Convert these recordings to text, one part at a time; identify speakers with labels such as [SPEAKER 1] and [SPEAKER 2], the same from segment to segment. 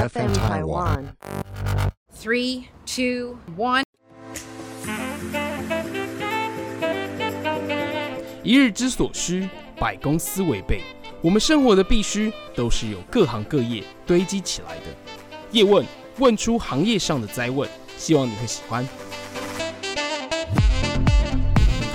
[SPEAKER 1] FM Taiwan.
[SPEAKER 2] Three, two, one.
[SPEAKER 3] 一日之所需，百公司为备。我们生活的必须，都是由各行各业堆积起来的。叶问问出行业上的灾问，希望你会喜欢。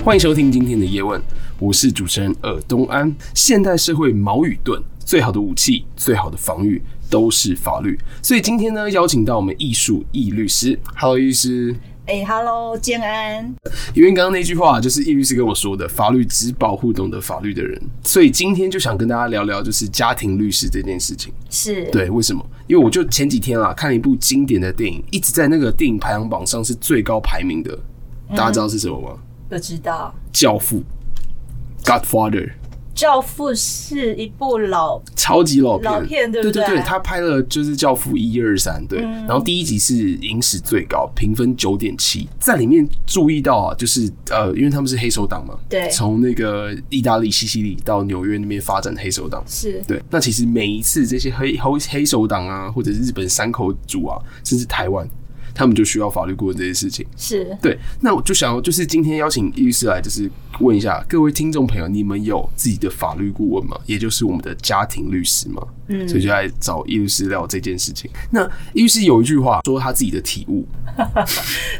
[SPEAKER 3] 欢迎收听今天的叶问，我是主持人尔东安。现代社会矛与盾，最好的武器，最好的防御都是法律。所以今天呢，邀请到我们艺术易律师，Hello，易律师。
[SPEAKER 4] 哎、哈喽，建安，
[SPEAKER 3] 因为刚刚那句话就是易律师跟我说的，法律只保护懂得法律的人，所以今天就想跟大家聊聊就是家庭律师这件事情。
[SPEAKER 4] 是
[SPEAKER 3] 对，为什么？因为我就前几天啊看了一部经典的电影，一直在那个电影排行榜上是最高排名的，大家知道是什么吗？
[SPEAKER 4] 不知道，
[SPEAKER 3] 教父，Godfather，
[SPEAKER 4] 《教父》是一部老
[SPEAKER 3] 超级老片，
[SPEAKER 4] 老片对嗯
[SPEAKER 3] 对
[SPEAKER 4] 不
[SPEAKER 3] 对
[SPEAKER 4] 对
[SPEAKER 3] 他拍了就是《教父》一二三，对，然后第一集是影史最高，评分九点七，在里面注意到啊，就是呃，因为他们是黑手党嘛，
[SPEAKER 4] 对
[SPEAKER 3] 从那个意大利西西里到纽约那边发展黑手党，
[SPEAKER 4] 是
[SPEAKER 3] 对，那其实每一次这些黑黑黑手党啊，或者是日本山口组啊，甚至台湾，他们就需要法律顾问这些事情。
[SPEAKER 4] 是
[SPEAKER 3] 对，那我就想要，就是今天邀请律师来，就是问一下各位听众朋友，你们有自己的法律顾问吗？也就是我们的家庭律师吗？嗯，所以就来找易律师聊这件事情。那易律师有一句话说他自己的体悟，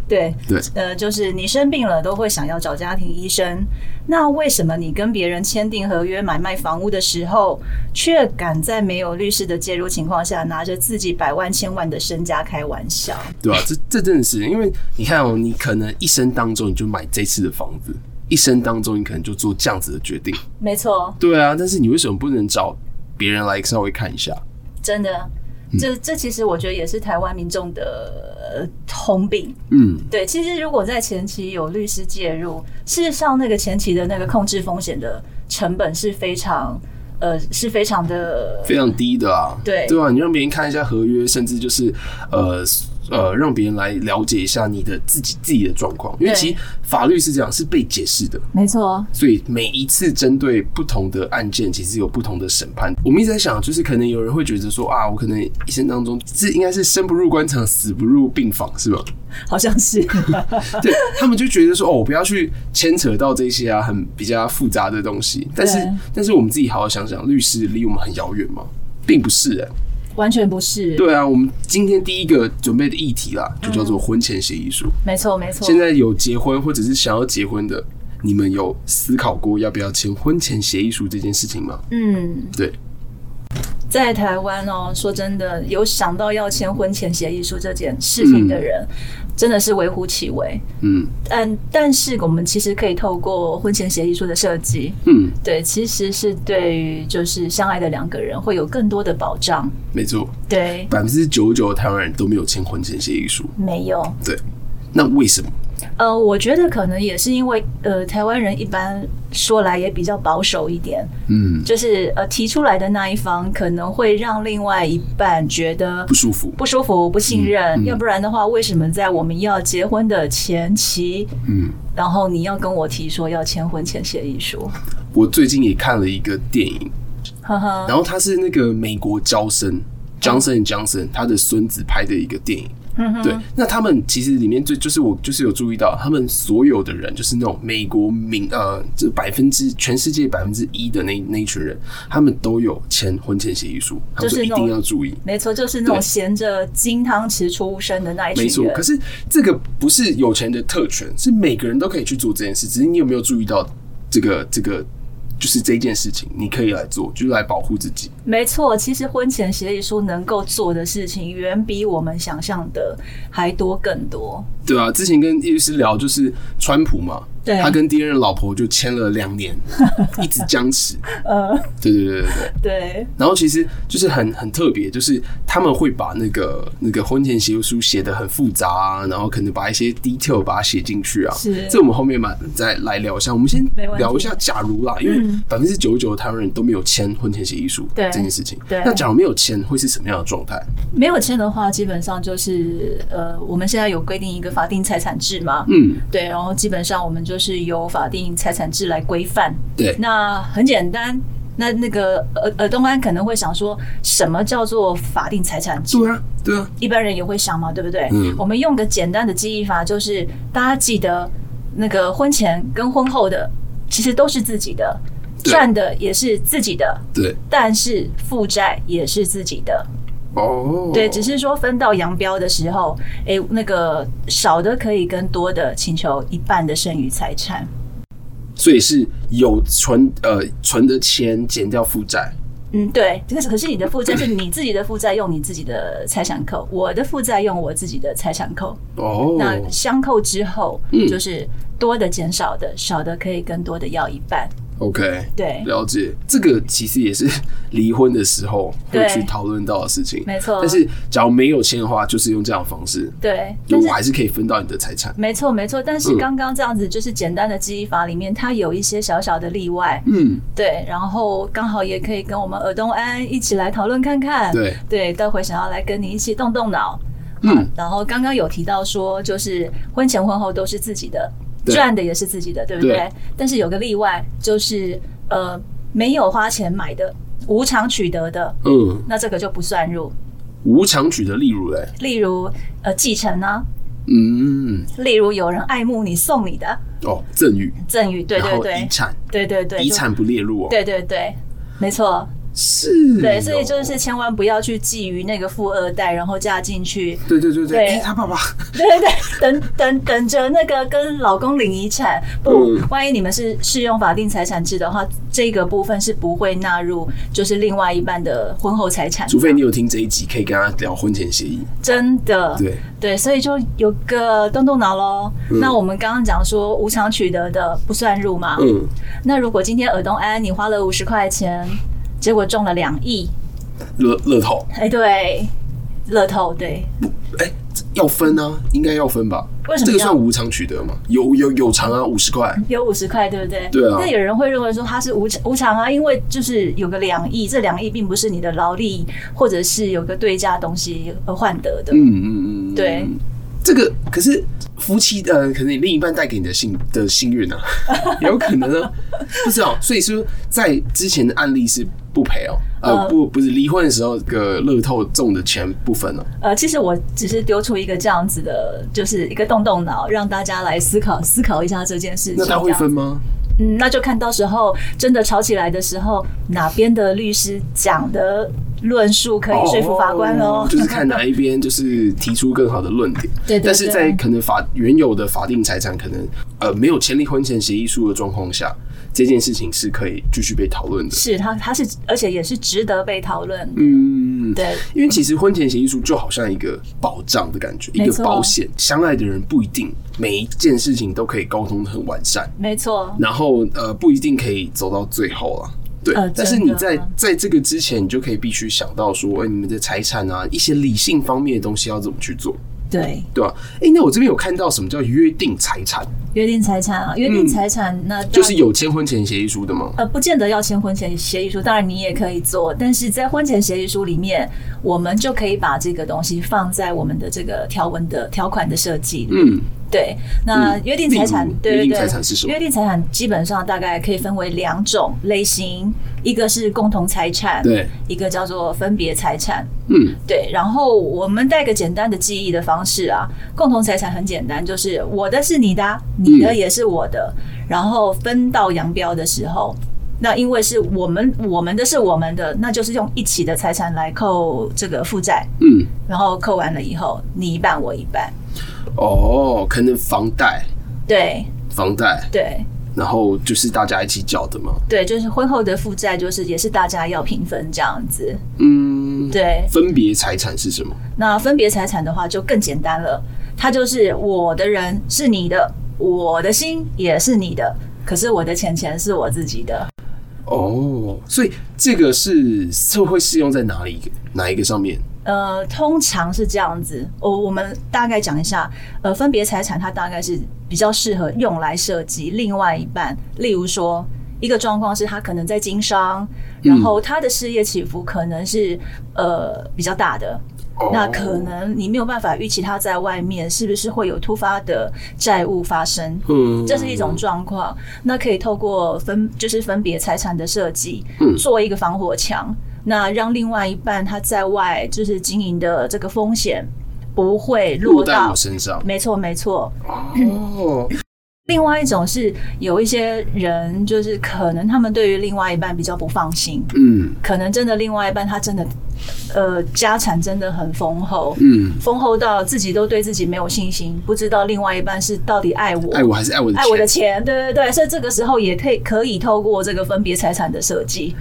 [SPEAKER 4] 对
[SPEAKER 3] 对
[SPEAKER 4] 呃，就是你生病了都会想要找家庭医生，那为什么你跟别人签订合约买卖房屋的时候，却敢在没有律师的介入情况下，拿着自己百万千万的身家开玩笑？
[SPEAKER 3] 对吧、这这真的是，因为你看哦，你可能一生当中你就买这次的房子，一生当中你可能就做这样子的决定，
[SPEAKER 4] 没错，
[SPEAKER 3] 对啊，但是你为什么不能找别人来稍微看一下？
[SPEAKER 4] 真的，
[SPEAKER 3] 嗯
[SPEAKER 4] 这这其实我觉得也是台湾民众的呃通病。
[SPEAKER 3] 嗯，
[SPEAKER 4] 对，其实如果在前期有律师介入，事实上那个前期的那个控制风险的成本是非常，呃，是非常的，
[SPEAKER 3] 非常低的啊，
[SPEAKER 4] 对
[SPEAKER 3] 对啊，你让别人看一下合约，甚至就是呃呃，让别人来了解一下你的自己自己的状况，因为
[SPEAKER 4] 对
[SPEAKER 3] 其实法律是这样，是被解释的，
[SPEAKER 4] 没错，
[SPEAKER 3] 所以每一次针对不同的案件，其实有不同的审判。我们一直在想，就是可能有人会觉得说啊，我可能一生当中这应该是生不入官场，死不入病房，是 吧？
[SPEAKER 4] 好 像是，
[SPEAKER 3] 对他们就觉得说，哦，我不要去牵扯到这些啊，很比较复杂的东西。但是
[SPEAKER 4] 对，
[SPEAKER 3] 但是我们自己好好想想，律师离我们很遥远吗？并不是、欸，
[SPEAKER 4] 完全不是，
[SPEAKER 3] 对啊，我们今天第一个准备的议题啦，就叫做婚前协议书。
[SPEAKER 4] 没错，没错
[SPEAKER 3] 现，在有结婚或者是想要结婚的，你们有思考过要不要签婚前协议书这件事情吗？
[SPEAKER 4] 嗯，
[SPEAKER 3] 对，
[SPEAKER 4] 在台湾哦，说真的，有想到要签婚前协议书这件事情的人，真的是微乎其微。
[SPEAKER 3] 嗯
[SPEAKER 4] 但但是我们其实可以透过婚前协议书的设计，
[SPEAKER 3] 嗯，
[SPEAKER 4] 对，其实是对于就是相爱的两个人会有更多的保障。
[SPEAKER 3] 没错，
[SPEAKER 4] 对，
[SPEAKER 3] 百分之九十九的台湾人都没有签婚前协议书。
[SPEAKER 4] 没有。
[SPEAKER 3] 对，那为什么？
[SPEAKER 4] 呃，我觉得可能也是因为呃，台湾人一般说来也比较保守一点，
[SPEAKER 3] 嗯，
[SPEAKER 4] 就是呃，提出来的那一方可能会让另外一半觉得
[SPEAKER 3] 不舒服。
[SPEAKER 4] 不舒服、不信任，
[SPEAKER 3] 嗯嗯
[SPEAKER 4] 要不然的话，为什么在我们要结婚的前期，
[SPEAKER 3] 嗯，
[SPEAKER 4] 然后你要跟我提说要签婚前协议书？
[SPEAKER 3] 我最近也看了一个电影，
[SPEAKER 4] 呵呵，
[SPEAKER 3] 然后他是那个美国交生 Johnson Johnson 他的孙子拍的一个电影。
[SPEAKER 4] 嗯
[SPEAKER 3] 对，那他们其实里面最就是我就是有注意到，他们所有的人就是那种美国民呃，这百分之全世界百分之一的那那一群人，他们都有签婚前协议书，他们
[SPEAKER 4] 就
[SPEAKER 3] 说
[SPEAKER 4] 是
[SPEAKER 3] 一
[SPEAKER 4] 那种
[SPEAKER 3] 定要注意。
[SPEAKER 4] 没错，就是那种
[SPEAKER 3] 对
[SPEAKER 4] 衔着金汤匙出生的那一群
[SPEAKER 3] 没错，
[SPEAKER 4] 人
[SPEAKER 3] 可。是这个不是有钱人的特权，是每个人都可以去做这件事。只是你有没有注意到这个这个，就是这件事情，你可以来做，就是来保护自己。
[SPEAKER 4] 没错，其实婚前协议书能够做的事情，远比我们想象的还多更多。
[SPEAKER 3] 对啊，之前跟律师聊就是川普嘛，
[SPEAKER 4] 对
[SPEAKER 3] 他跟第二任老婆就签了两 年，一直僵持。
[SPEAKER 4] 呃，
[SPEAKER 3] 对对对对对。
[SPEAKER 4] 对，
[SPEAKER 3] 然后其实就是很很特别，就是他们会把那个那个婚前协议书写的很复杂啊，然后可能把一些 detail 把它写进去啊。
[SPEAKER 4] 是
[SPEAKER 3] 这我们后面嘛再来聊一下。我们先
[SPEAKER 4] 没问题嗯
[SPEAKER 3] 聊一下假如啦，因为百分之九十九的台湾人都没有签婚前协议书
[SPEAKER 4] 对
[SPEAKER 3] 这件事情。
[SPEAKER 4] 对
[SPEAKER 3] 那假如没有签，会是什么样的状态？
[SPEAKER 4] 没有签的话，基本上就是呃，我们现在有规定一个法定财产制嘛，
[SPEAKER 3] 嗯，
[SPEAKER 4] 对，然后基本上我们就是由法定财产制来规范。
[SPEAKER 3] 对，
[SPEAKER 4] 那很简单，那那个呃呃，东安可能会想说，什么叫做法定财产制？
[SPEAKER 3] 对啊，对啊，
[SPEAKER 4] 一般人也会想嘛，对不对？
[SPEAKER 3] 嗯
[SPEAKER 4] 我们用个简单的记忆法，就是大家记得那个婚前跟婚后的其实都是自己的，
[SPEAKER 3] 对
[SPEAKER 4] 赚的也是自己的，
[SPEAKER 3] 对，啊
[SPEAKER 4] 但是负债也是自己的。
[SPEAKER 3] 哦，
[SPEAKER 4] 对，只是说分道扬镳的时候，哎、那个少的可以跟多的请求一半的剩余财产。
[SPEAKER 3] 所以是有存呃存的钱减掉负债，
[SPEAKER 4] 嗯，对，这个是可是你的负债是你自己的负债，用你自己的财 产扣；我的负债用我自己的财产扣。
[SPEAKER 3] 哦，
[SPEAKER 4] 那相扣之后
[SPEAKER 3] 嗯，
[SPEAKER 4] 就是多的减少的，少的可以跟多的要一半。
[SPEAKER 3] OK，
[SPEAKER 4] 对
[SPEAKER 3] 了解。这个其实也是离婚的时候会
[SPEAKER 4] 对
[SPEAKER 3] 去讨论到的事情，
[SPEAKER 4] 没错
[SPEAKER 3] 但是假如没有钱的话，就是用这样的方式，
[SPEAKER 4] 对，
[SPEAKER 3] 就
[SPEAKER 4] 但是
[SPEAKER 3] 我还是可以分到你的财产。
[SPEAKER 4] 没错没错，但是
[SPEAKER 3] 嗯
[SPEAKER 4] 刚刚这样子就是简单的记忆法里面，它有一些小小的例外。
[SPEAKER 3] 嗯，
[SPEAKER 4] 对，然后刚好也可以跟我们尔东安一起来讨论看看。
[SPEAKER 3] 对
[SPEAKER 4] 对，待会想要来跟你一起动动脑。
[SPEAKER 3] 嗯，
[SPEAKER 4] 然后刚刚有提到说，就是婚前婚后都是自己的，
[SPEAKER 3] 对
[SPEAKER 4] 赚的也是自己的，对不对？
[SPEAKER 3] 对
[SPEAKER 4] 但是有个例外，就是呃没有花钱买的，无偿取得的，
[SPEAKER 3] 嗯，
[SPEAKER 4] 那这个就不算入。
[SPEAKER 3] 无偿取得，例如嘞，
[SPEAKER 4] 例如呃继承啊，
[SPEAKER 3] 嗯，
[SPEAKER 4] 例如有人爱慕你送你的
[SPEAKER 3] 哦，赠与，
[SPEAKER 4] 赠与，对
[SPEAKER 3] 然
[SPEAKER 4] 对
[SPEAKER 3] 后
[SPEAKER 4] 对
[SPEAKER 3] 遗，产，
[SPEAKER 4] 对对对，
[SPEAKER 3] 遗
[SPEAKER 4] 就
[SPEAKER 3] 产不列入哦，，
[SPEAKER 4] 对对对，没错。
[SPEAKER 3] 是哦，
[SPEAKER 4] 对，所以就是千万不要去觊觎那个富二代，然后嫁进去，
[SPEAKER 3] 对对对对，
[SPEAKER 4] 对
[SPEAKER 3] 哎，他爸爸，
[SPEAKER 4] 对对对，等等等着那个跟老公领遗产。不
[SPEAKER 3] 嗯，
[SPEAKER 4] 万一你们是适用法定财产制的话，这个部分是不会纳入，就是另外一半的婚后财产的。
[SPEAKER 3] 除非你有听这一集，可以跟他聊婚前协议，
[SPEAKER 4] 真的
[SPEAKER 3] 对，嗯
[SPEAKER 4] 对，所以就有个动动脑喽。那我们刚刚讲说无偿取得的不算入嘛。
[SPEAKER 3] 嗯，
[SPEAKER 4] 那如果今天尔东安你花了五十块钱，结果中了两亿，
[SPEAKER 3] 乐乐透，
[SPEAKER 4] 哎，对，乐透，对，
[SPEAKER 3] 哎，这要分啊，应该要分吧？
[SPEAKER 4] 为什么
[SPEAKER 3] 这个
[SPEAKER 4] 要
[SPEAKER 3] 算无偿取得吗？有有有偿啊，五十块，
[SPEAKER 4] 有五十块，对不对？
[SPEAKER 3] 对啊
[SPEAKER 4] 那有人会认为说他是无偿无偿啊，因为就是有个两亿，这两亿并不是你的劳力或者是有个对价东西而换得的。
[SPEAKER 3] 嗯嗯嗯，嗯
[SPEAKER 4] 对。
[SPEAKER 3] 这个可是夫妻呃，可能你另一半带给你的幸的幸运啊， 也有可能啊，不知道。所以说，在之前的案例是不赔哦，呃，
[SPEAKER 4] 呃
[SPEAKER 3] 不不是离婚的时候，这个乐透中的钱不分哦。
[SPEAKER 4] 呃，其实我只是丢出一个这样子的，就是一个动动脑，让大家来思考思考一下这件事情。
[SPEAKER 3] 那他会
[SPEAKER 4] 这样
[SPEAKER 3] 分吗？
[SPEAKER 4] 嗯，那就看到时候真的吵起来的时候，哪边的律师讲的论述可以说服法官喽、
[SPEAKER 3] 哦就是看哪一边就是提出更好的论点。
[SPEAKER 4] 对对
[SPEAKER 3] 但是
[SPEAKER 4] 对
[SPEAKER 3] 在可能法原有的法定财产可能呃没有签立婚前协议书的状况下，这件事情是可以继续被讨论的。
[SPEAKER 4] 是他，他是，而且也是值得被讨论。
[SPEAKER 3] 嗯，
[SPEAKER 4] 对，
[SPEAKER 3] 因为其实婚前协议书就好像一个保障的感觉，一
[SPEAKER 4] 没
[SPEAKER 3] 个
[SPEAKER 4] 错
[SPEAKER 3] 保险。相爱的人不一定每一件事情都可以沟通的很完善，
[SPEAKER 4] 没错，
[SPEAKER 3] 然后呃不一定可以走到最后了。对，
[SPEAKER 4] 呃
[SPEAKER 3] 但是
[SPEAKER 4] 真的
[SPEAKER 3] 你在在这个之前，你就可以必须想到说，哎、你们的财产啊，一些理性方面的东西要怎么去做，
[SPEAKER 4] 对。
[SPEAKER 3] 对吧、哎、那我这边有看到什么叫约定财产，
[SPEAKER 4] 约定财产啊，约定财产、那当
[SPEAKER 3] 嗯就是有签婚前协议书的吗？
[SPEAKER 4] 呃，不见得要签婚前协议书，当然你也可以做，但是在婚前协议书里面，我们就可以把这个东西放在我们的这个条文的条款的设计。
[SPEAKER 3] 嗯，
[SPEAKER 4] 对，那
[SPEAKER 3] 嗯
[SPEAKER 4] 约定财产
[SPEAKER 3] 例如，
[SPEAKER 4] 对
[SPEAKER 3] 约
[SPEAKER 4] 对
[SPEAKER 3] 定
[SPEAKER 4] 对，
[SPEAKER 3] 财产是什么
[SPEAKER 4] 约定财产基本上大概可以分为两种类型，一个是共同财产，
[SPEAKER 3] 对，
[SPEAKER 4] 一个叫做分别财产。
[SPEAKER 3] 嗯，
[SPEAKER 4] 对，然后我们带个简单的记忆的方式啊，共同财产很简单，就是我的是你的啊，
[SPEAKER 3] 嗯
[SPEAKER 4] 你的也是我的，然后分道扬镳的时候。那因为是我们我们的是我们的，那就是用一起的财产来扣这个负债，
[SPEAKER 3] 嗯，
[SPEAKER 4] 然后扣完了以后你一半我一半，
[SPEAKER 3] 哦，可能房贷，
[SPEAKER 4] 对
[SPEAKER 3] 房贷，
[SPEAKER 4] 对
[SPEAKER 3] 然后就是大家一起缴的嘛。
[SPEAKER 4] 对，就是婚后的负债就是也是大家要平分这样子，
[SPEAKER 3] 嗯，
[SPEAKER 4] 对。
[SPEAKER 3] 分别财产是什么？
[SPEAKER 4] 那分别财产的话就更简单了，它就是我的人是你的，我的心也是你的，可是我的钱钱是我自己的。
[SPEAKER 3] 哦，所以这个是社会适用在哪里哪一个上面？
[SPEAKER 4] 呃，通常是这样子。我我们大概讲一下，呃，分别财产它大概是比较适合用来涉及另外一半，例如说一个状况是他可能在经商，然后他的事业起伏可能是呃比较大的。那可能你没有办法预期他在外面是不是会有突发的债务发生，
[SPEAKER 3] 嗯
[SPEAKER 4] 这是一种状况。那可以透过分就是分别财产的设计，
[SPEAKER 3] 嗯
[SPEAKER 4] 做一个防火墙，那让另外一半他在外就是经营的这个风险不会落
[SPEAKER 3] 落在
[SPEAKER 4] 到
[SPEAKER 3] 我。身上
[SPEAKER 4] 没错，没错。
[SPEAKER 3] 哦，
[SPEAKER 4] 另外一种是有一些人，就是可能他们对于另外一半比较不放心，
[SPEAKER 3] 嗯
[SPEAKER 4] 可能真的另外一半他真的，呃，家产真的很丰厚，
[SPEAKER 3] 嗯，
[SPEAKER 4] 丰厚到自己都对自己没有信心，不知道另外一半是到底爱我。
[SPEAKER 3] 爱我还是爱我的
[SPEAKER 4] 爱我的
[SPEAKER 3] 钱，
[SPEAKER 4] 钱，对对对，所以这个时候也可以可以透过这个分别财产的设计，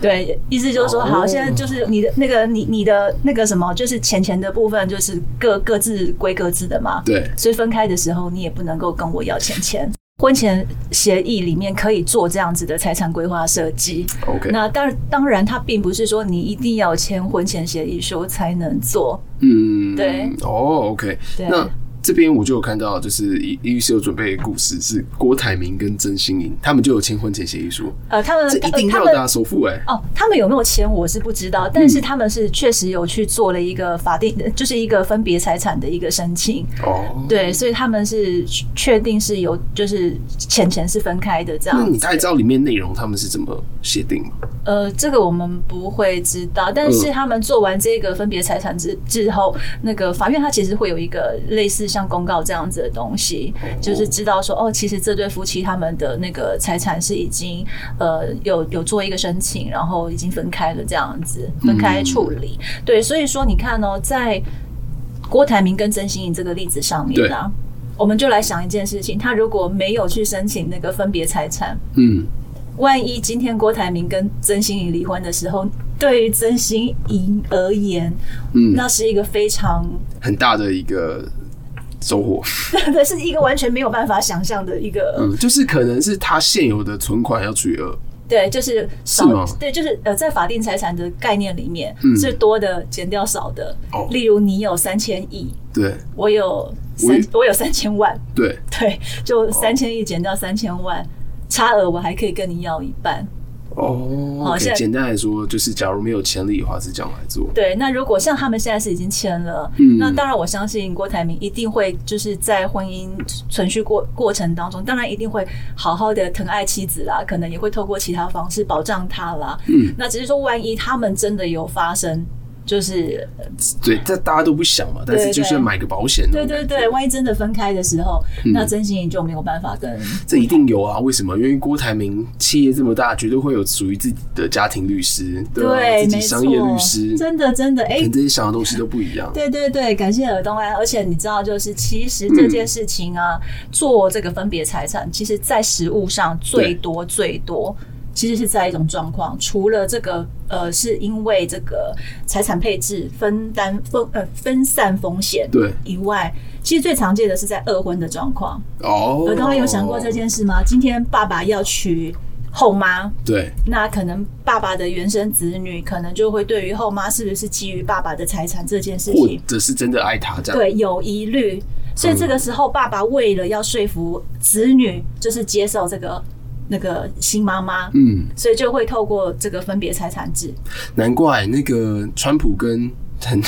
[SPEAKER 4] 对，意思就是说，
[SPEAKER 3] 哦
[SPEAKER 4] 好，现在就是你的那个你你的那个什么，就是钱钱的部分，就是各各自归各自的嘛，
[SPEAKER 3] 对，
[SPEAKER 4] 所以分开的时候，你也不能够跟我要钱钱。婚前协议里面可以做这样子的财产规划设计。
[SPEAKER 3] OK
[SPEAKER 4] 那当然，当然，它并不是说你一定要签婚前协议书才能做。
[SPEAKER 3] 嗯，
[SPEAKER 4] 对，
[SPEAKER 3] 哦，OK，
[SPEAKER 4] 对
[SPEAKER 3] 那。这边我就有看到，就是医医师有准备的故事，是郭台铭跟曾心莹，他们就有签婚前协议书，
[SPEAKER 4] 呃，他们
[SPEAKER 3] 这一定要
[SPEAKER 4] 呃他
[SPEAKER 3] 的
[SPEAKER 4] 们
[SPEAKER 3] 啊，首付哎、
[SPEAKER 4] 哦，他们有没有签我是不知道，但
[SPEAKER 3] 嗯
[SPEAKER 4] 是他们是确实有去做了一个法定， 就是一个分别财产的一个申请。
[SPEAKER 3] 哦，
[SPEAKER 4] 对，所以他们是确定是有，就是钱钱是分开的这
[SPEAKER 3] 那
[SPEAKER 4] 样
[SPEAKER 3] 你大概知道里面内容他们是怎么协定吗？
[SPEAKER 4] 呃，这个我们不会知道，但是他们做完这个分别财产之之后，那个法院它其实会有一个类似像公告这样子的东西，就是知道说哦，其实这对夫妻他们的那个财产是已经呃有有做一个申请，然后已经分开了这样子，分开处理。对，所以说你看哦，在郭台铭跟曾心颖这个例子上面啊，我们就来想一件事情，他如果没有去申请那个分别财产，
[SPEAKER 3] 嗯，
[SPEAKER 4] 万一今天郭台铭跟曾心怡离婚的时候，对于曾心怡而言，
[SPEAKER 3] 嗯
[SPEAKER 4] 那是一个非常，
[SPEAKER 3] 很大的一个收获，
[SPEAKER 4] 对，是一个完全没有办法想象的一个，
[SPEAKER 3] 嗯，就是可能是他现有的存款要除以二，
[SPEAKER 4] 对，就是
[SPEAKER 3] 是
[SPEAKER 4] 少
[SPEAKER 3] 吗，
[SPEAKER 4] 对，就是呃，在法定财产的概念里面，
[SPEAKER 3] 嗯
[SPEAKER 4] 是多的减掉少的
[SPEAKER 3] 哦。
[SPEAKER 4] 例如，你有三千亿，
[SPEAKER 3] 对
[SPEAKER 4] 我有三，我有三千万，
[SPEAKER 3] 对，
[SPEAKER 4] 对，
[SPEAKER 3] 哦
[SPEAKER 4] 就三千亿减掉三千万，差额我还可以跟你要一半。
[SPEAKER 3] 哦
[SPEAKER 4] 好现
[SPEAKER 3] ，OK，
[SPEAKER 4] 在
[SPEAKER 3] 简单来说就是，假如没有潜力的话，是这样来做，
[SPEAKER 4] 对，那如果像他们现在是已经签了，
[SPEAKER 3] 嗯
[SPEAKER 4] 那当然我相信郭台铭一定会就是在婚姻存续过过程当中，当然一定会好好的疼爱妻子啦，可能也会透过其他方式保障她啦。
[SPEAKER 3] 嗯，
[SPEAKER 4] 那只是说万一他们真的有发生，就是
[SPEAKER 3] 对，这大家都不想嘛，但
[SPEAKER 4] 对
[SPEAKER 3] 是
[SPEAKER 4] 对
[SPEAKER 3] 就是买个保险，
[SPEAKER 4] 对对，对，万一真的分开的时候，
[SPEAKER 3] 嗯
[SPEAKER 4] 那真心就没有办法跟
[SPEAKER 3] 这一定有啊，为什么？因为郭台铭企业这么大，绝对会有属于自己的家庭律师，对吧
[SPEAKER 4] 对，
[SPEAKER 3] 自
[SPEAKER 4] 没
[SPEAKER 3] 己
[SPEAKER 4] 错
[SPEAKER 3] 商业律师，
[SPEAKER 4] 真的真的哎。
[SPEAKER 3] 跟这些想的东西都不一样，
[SPEAKER 4] 对对对，感谢尔东安。而且你知道，就是其实这件事情啊，做这个分别财产，其实在实物上最多最多。其实是在一种状况，除了这个呃，是因为这个财产配置分担分呃分散风险
[SPEAKER 3] 对，
[SPEAKER 4] 以外，其实最常见的是在二婚的状况。
[SPEAKER 3] 哦，
[SPEAKER 4] 尔东安有想过这？件事吗？今天爸爸要娶后妈，
[SPEAKER 3] 对，
[SPEAKER 4] 那可能爸爸的原生子女可能就会对于后妈是不是基于爸爸的财产这件事
[SPEAKER 3] 或
[SPEAKER 4] 情
[SPEAKER 3] 者是真的爱他这样，
[SPEAKER 4] 对，有疑虑。所以这个时候，爸爸为了要说服子女，就是接受这个那个新妈妈，
[SPEAKER 3] 嗯，
[SPEAKER 4] 所以就会透过这个分别财产制。
[SPEAKER 3] 难怪那个川普跟很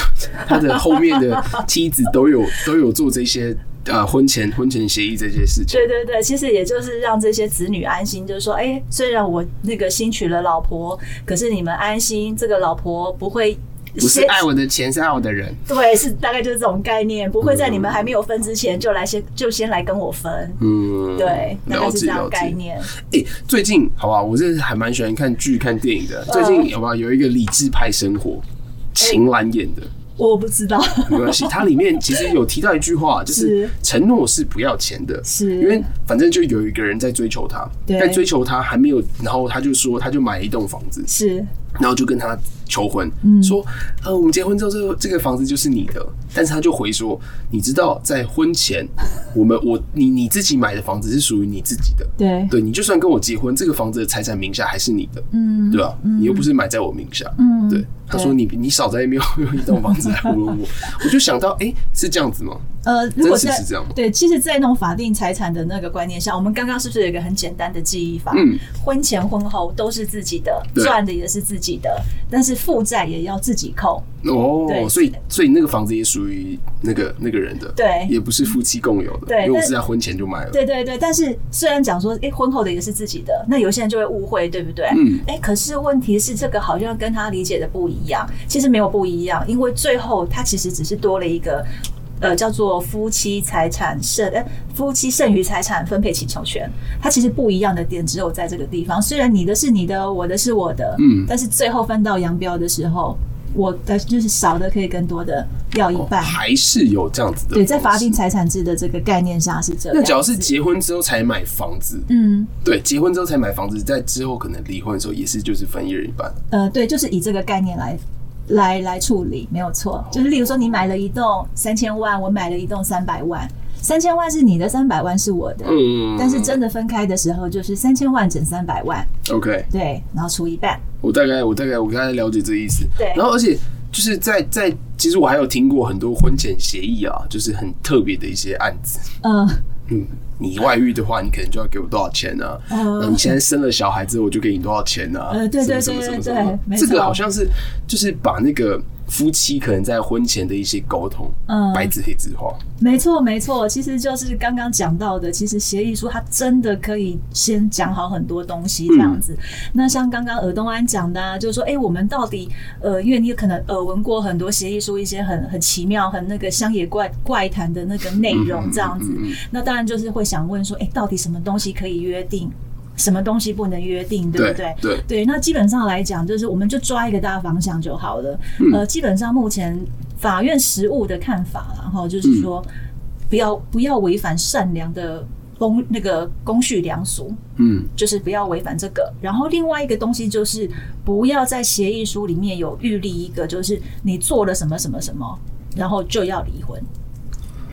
[SPEAKER 3] 他的后面的妻子都有都有做这些呃婚前婚前协议这些事情
[SPEAKER 4] 对，对对，其实也就是让这些子女安心，就是说，哎，虽然我那个新娶了老婆，可是你们安心，这个老婆不会。
[SPEAKER 3] 不是爱我的钱，是爱我的人。
[SPEAKER 4] 对，是大概就是这种概念，不会在你们还没有分之前就来先就先来跟我分，
[SPEAKER 3] 嗯，
[SPEAKER 4] 对，大概
[SPEAKER 3] 了
[SPEAKER 4] 是
[SPEAKER 3] 解
[SPEAKER 4] 这样
[SPEAKER 3] 了
[SPEAKER 4] 的概
[SPEAKER 3] 解。
[SPEAKER 4] 念。
[SPEAKER 3] 哎、最近好吧，我是还蛮喜欢看剧、看电影的。
[SPEAKER 4] 嗯
[SPEAKER 3] 最近好吧，有一个理智派生活，秦岚演的，
[SPEAKER 4] 我不知道，
[SPEAKER 3] 没关系。它里面其实有提到一句话，就是
[SPEAKER 4] 是
[SPEAKER 3] 承诺是不要钱的，
[SPEAKER 4] 是
[SPEAKER 3] 因为反正就有一个人在追求她，
[SPEAKER 4] 对
[SPEAKER 3] 在追求她还没有，然后他就说他就买了一栋房子，
[SPEAKER 4] 是
[SPEAKER 3] 然后就跟他求婚，
[SPEAKER 4] 嗯
[SPEAKER 3] 说，呃，我们结婚之后，这个这个房子就是你的。但是他就回说，你知道，在婚前，我们我你你自己买的房子是属于你自己的，
[SPEAKER 4] 对
[SPEAKER 3] 对你就算跟我结婚，这个房子的财产名下还是你的，嗯，对吧、你又不是买在我名下，嗯，对。他说你你少在那边用一栋房子来糊弄我，我就想到，哎、是这样子吗？
[SPEAKER 4] 呃，如果
[SPEAKER 3] 真
[SPEAKER 4] 在
[SPEAKER 3] 实是这样吗
[SPEAKER 4] 对，其实，在那种法定财产的那个观念下，我们刚刚是不是有一个很简单的记忆法？
[SPEAKER 3] 嗯，
[SPEAKER 4] 婚前婚后都是自己的，
[SPEAKER 3] 对
[SPEAKER 4] 赚的也是自己的，但是负债也要自己扣。
[SPEAKER 3] 哦
[SPEAKER 4] 对，
[SPEAKER 3] 所以所以那个房子也属于那个那个人的，
[SPEAKER 4] 对
[SPEAKER 3] 也不是夫妻共有的，
[SPEAKER 4] 对
[SPEAKER 3] 因为我
[SPEAKER 4] 但
[SPEAKER 3] 是在婚前就买了，
[SPEAKER 4] 对对对，但是虽然讲说，哎、婚后的也是自己的，那有些人就会误会，对不对？
[SPEAKER 3] 嗯
[SPEAKER 4] 哎、可是问题是，这个好像跟他理解的不一样。其实没有不一样，因为最后他其实只是多了一个，呃，叫做夫妻财产剩，哎、夫妻剩余财产分配请求权。它其实不一样的点只有在这个地方。虽然你的是你的，我的是我的，
[SPEAKER 3] 嗯
[SPEAKER 4] 但是最后分到扬标的时候，我的就是少的可以跟多的要一半。
[SPEAKER 3] 哦还是有这样子的方式。
[SPEAKER 4] 对，在法定财产制的这个概念下是这样。
[SPEAKER 3] 那只要是结婚之后才买房子，
[SPEAKER 4] 嗯。
[SPEAKER 3] 对，结婚之后才买房子，在之后可能离婚的时候也是就是分一人一半。
[SPEAKER 4] 呃，对，就是以这个概念来来来处理，没有错。就是例如说，你买了一栋三千万，我买了一栋三百万，三千万是你的，三百万是我的。
[SPEAKER 3] 嗯，
[SPEAKER 4] 但是真的分开的时候，就是三千万整三百万，
[SPEAKER 3] OK，
[SPEAKER 4] 对，然后除一半，
[SPEAKER 3] 我大概我大概我大概了解这个意思。
[SPEAKER 4] 对
[SPEAKER 3] 然后而且就是在在其实我还有听过很多婚前协议啊，就是很特别的一些案子。
[SPEAKER 4] 嗯、
[SPEAKER 3] 嗯，你外遇的话，你可能就要给我多少钱啊？
[SPEAKER 4] 嗯
[SPEAKER 3] 那你现在生了小孩之后，我就给你多少钱啊？
[SPEAKER 4] 呃对对
[SPEAKER 3] 什么什么
[SPEAKER 4] 对
[SPEAKER 3] 什
[SPEAKER 4] 对
[SPEAKER 3] 么什么
[SPEAKER 4] 没
[SPEAKER 3] 这个
[SPEAKER 4] 错
[SPEAKER 3] 好像是就是把那个夫妻可能在婚前的一些沟通，
[SPEAKER 4] 嗯
[SPEAKER 3] 白纸黑字化。
[SPEAKER 4] 没错，没错，其实就是刚刚讲到的，其实协议书它真的可以先讲好很多东西这样子。那像刚刚尔东安讲的、啊，就是说，哎、我们到底呃，因为你可能耳闻过很多协议书一些很很奇妙、很那个乡野怪怪谈的那个内容这样子，那当然就是会想问说，哎、到底什么东西可以约定？什么东西不能约定，对不对？
[SPEAKER 3] 对
[SPEAKER 4] 对，那基本上来讲，就是我们就抓一个大方向就好了。
[SPEAKER 3] 嗯
[SPEAKER 4] 呃，基本上目前法院实务的看法啦，然后就是说，
[SPEAKER 3] 嗯
[SPEAKER 4] 不要不要违反善良的公那个公序良俗，
[SPEAKER 3] 嗯，
[SPEAKER 4] 就是不要违反这个。然后另外一个东西就是，不要在协议书里面有预立一个，就是你做了什么什么什么，然后就要离婚。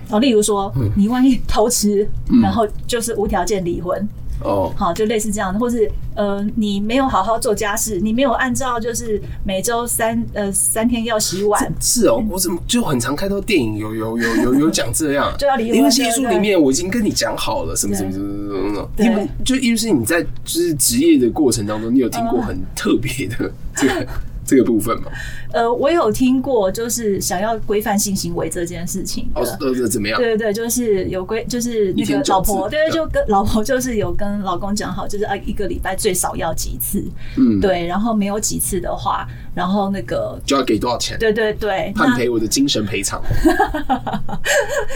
[SPEAKER 4] 哦，例如说，
[SPEAKER 3] 嗯
[SPEAKER 4] 你万一 偷吃，然后就是无条件离婚，
[SPEAKER 3] 哦，
[SPEAKER 4] 好，就类似这样的，或是呃，你没有好好做家事，你没有按照就是每周三呃三天要洗碗，
[SPEAKER 3] 是哦，我怎么就很常看到电影有有有有有讲这样，
[SPEAKER 4] 就要离婚啊
[SPEAKER 3] 因为协议书
[SPEAKER 4] 对不对
[SPEAKER 3] 里面我已经跟你讲好了，什么什
[SPEAKER 4] 对
[SPEAKER 3] 么什么什么什么，
[SPEAKER 4] 对
[SPEAKER 3] 因为就意思是你在就是职业的过程当中，你有听过很特别的这个这个部分 吗？
[SPEAKER 4] 呃，我有听过就是想要规范性行为这件事情的。
[SPEAKER 3] 哦，呃，怎么样？
[SPEAKER 4] 对对对，就是有规，就是那
[SPEAKER 3] 一天
[SPEAKER 4] 个
[SPEAKER 3] 九
[SPEAKER 4] 老
[SPEAKER 3] 次
[SPEAKER 4] 婆，对对，
[SPEAKER 3] 这
[SPEAKER 4] 就跟老婆就是有跟老公讲好，就是啊一个礼拜最少要几次，
[SPEAKER 3] 嗯，，
[SPEAKER 4] 对，然后没有几次的话，然后那个
[SPEAKER 3] 就要给多少钱？
[SPEAKER 4] 对对对，
[SPEAKER 3] 判
[SPEAKER 4] 那
[SPEAKER 3] 赔我的精神赔偿。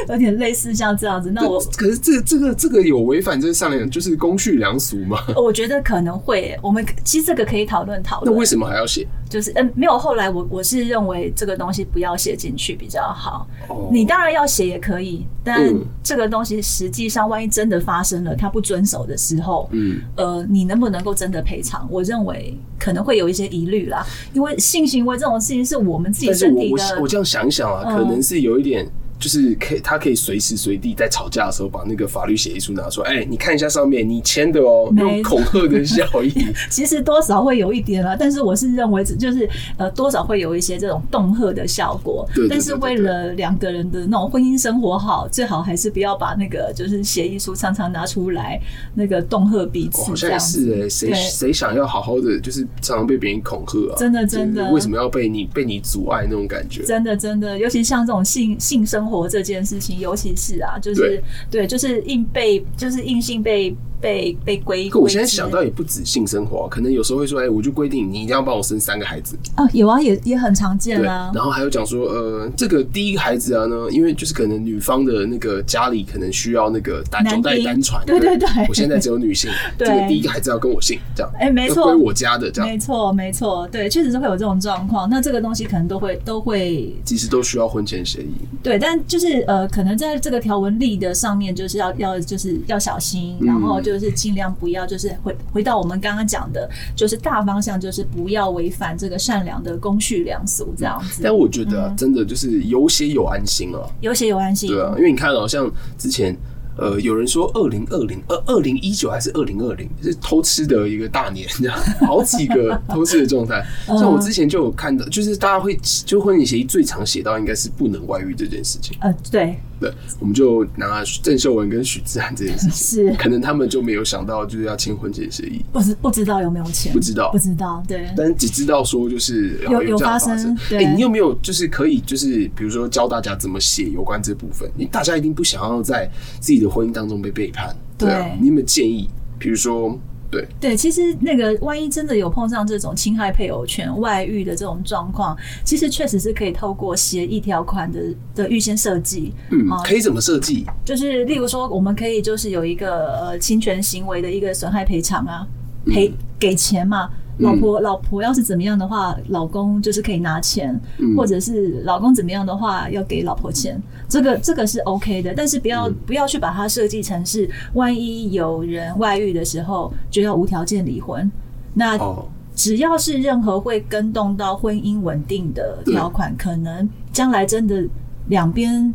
[SPEAKER 4] 有点类似像这样子，那我
[SPEAKER 3] 可是这这个这个有违反这上良就是公序良俗吗？
[SPEAKER 4] 我觉得可能会，我们其实这个可以讨论讨
[SPEAKER 3] 那
[SPEAKER 4] 论
[SPEAKER 3] 为。什么还要写？
[SPEAKER 4] 就是嗯，没有。后来我我是认为这个东西不要写进去比较好。
[SPEAKER 3] 哦
[SPEAKER 4] 你当然要写也可以，但
[SPEAKER 3] 嗯
[SPEAKER 4] 这个东西实际上万一真的发生了，他不遵守的时候，
[SPEAKER 3] 嗯，
[SPEAKER 4] 呃，你能不能够真的赔偿？我认为可能会有一些疑虑啦，因为性行为这种事情是我们自己
[SPEAKER 3] 但是
[SPEAKER 4] 身
[SPEAKER 3] 我
[SPEAKER 4] 体
[SPEAKER 3] 我我
[SPEAKER 4] 的。
[SPEAKER 3] 这样想一想啊，
[SPEAKER 4] 嗯
[SPEAKER 3] 可能是有一点，就是可以他可以随时随地在吵架的时候把那个法律协议书拿出来，哎、你看一下上面你签的哦，
[SPEAKER 4] 没
[SPEAKER 3] 用恐吓的效 益，
[SPEAKER 4] 其实多少会有一点啦，但是我是认为就是呃，多少会有一些这种恫吓的效果。
[SPEAKER 3] 对对对
[SPEAKER 4] 但是
[SPEAKER 3] 对对
[SPEAKER 4] 为
[SPEAKER 3] 对
[SPEAKER 4] 了两个人的那种婚姻生活好，最好还是不要把那个就是协议书常常拿出来那个恫吓彼
[SPEAKER 3] 哦
[SPEAKER 4] 此
[SPEAKER 3] 好
[SPEAKER 4] 这
[SPEAKER 3] 像也
[SPEAKER 4] 样子。
[SPEAKER 3] 是哎、谁
[SPEAKER 4] 对
[SPEAKER 3] 谁想要好好的，就是常常被别人恐吓啊，
[SPEAKER 4] 真的
[SPEAKER 3] 就是
[SPEAKER 4] 真的
[SPEAKER 3] 为什么要被你被你阻碍那种感觉？
[SPEAKER 4] 真的真的，尤其像这种性性生活这件事情，尤其是啊，就是对，就是硬被，就是硬性被被被规。
[SPEAKER 3] 可我现在想
[SPEAKER 4] 规
[SPEAKER 3] 到也不止性生活啊、可能有时候会说，哎、我就规定你一定要帮我生三个孩子，
[SPEAKER 4] 制啊，有啊，也也很常见
[SPEAKER 3] 对，
[SPEAKER 4] 啊
[SPEAKER 3] 然。后还有讲说，呃，这个第一个孩子啊呢，因为就是可能女方的那个家里可能需要那个单
[SPEAKER 4] 男
[SPEAKER 3] 九代
[SPEAKER 4] 丁
[SPEAKER 3] 单传，
[SPEAKER 4] 对对对
[SPEAKER 3] 我现在只有女性，这
[SPEAKER 4] 对
[SPEAKER 3] 个第一个孩子要跟我姓，这样，
[SPEAKER 4] 哎没
[SPEAKER 3] 要
[SPEAKER 4] 错
[SPEAKER 3] 归我家的这样
[SPEAKER 4] 没，错，没错，对，确实是会有这种状况。那这个东西可能都会都会
[SPEAKER 3] 其实都需要婚前协议，
[SPEAKER 4] 对，但就是呃，可能在这个条文立的上面，就是要要就是要小心，然后就是尽量不要就是回回到我们刚刚讲的，就是大方向就是不要违反这个善良的公序良俗这样子。
[SPEAKER 3] 但我
[SPEAKER 4] 嗯
[SPEAKER 3] 觉得啊、真的就是有血有安心啊，
[SPEAKER 4] 有血有安心，
[SPEAKER 3] 啊哦对啊，因为你看好、像之前。呃，有人说二零二零、呃二二零一九还是二零二零，是偷吃的一个大年，这样好几个偷吃的状态。像我之前就有看到，就是大家会就婚前协议最常写到应该是不能外遇这件事情。
[SPEAKER 4] 呃，对，
[SPEAKER 3] 对，我们就拿郑秀文跟许志涵这件事情，
[SPEAKER 4] 是
[SPEAKER 3] 可能他们就没有想到就是要签婚前协议，
[SPEAKER 4] 不知不知道有没有钱，
[SPEAKER 3] 不知道
[SPEAKER 4] 不。知道，对，
[SPEAKER 3] 但只知道说就是
[SPEAKER 4] 有
[SPEAKER 3] 好
[SPEAKER 4] 有
[SPEAKER 3] 这样
[SPEAKER 4] 发
[SPEAKER 3] 发
[SPEAKER 4] 生对
[SPEAKER 3] 哎、你有没有就是可以就是比如说教大家怎么写有关这部分？因为大家一定不想要在自己的婚姻当中被背叛，对啊
[SPEAKER 4] 对
[SPEAKER 3] 你有没有建议？比如说，对，
[SPEAKER 4] 对，其实那个万一真的有碰上这种侵害配偶权、外遇的这种状况，其实确实是可以透过协议条款的的预先设计，
[SPEAKER 3] 嗯
[SPEAKER 4] 好，
[SPEAKER 3] 可以怎么设计？
[SPEAKER 4] 就是例如说，我们可以就是有一个呃侵权行为的一个损害赔偿啊，赔给钱嘛。老婆，老婆要是怎么样的话，老公就是可以拿钱，或者是老公怎么样的话要给老婆钱，这个这个是 OK 的，但是不要不要去把它设计成是，万一有人外遇的时候就要无条件离婚，那
[SPEAKER 3] 哦，
[SPEAKER 4] 只要是任何会跟动到婚姻稳定的条款，可能将来真的两边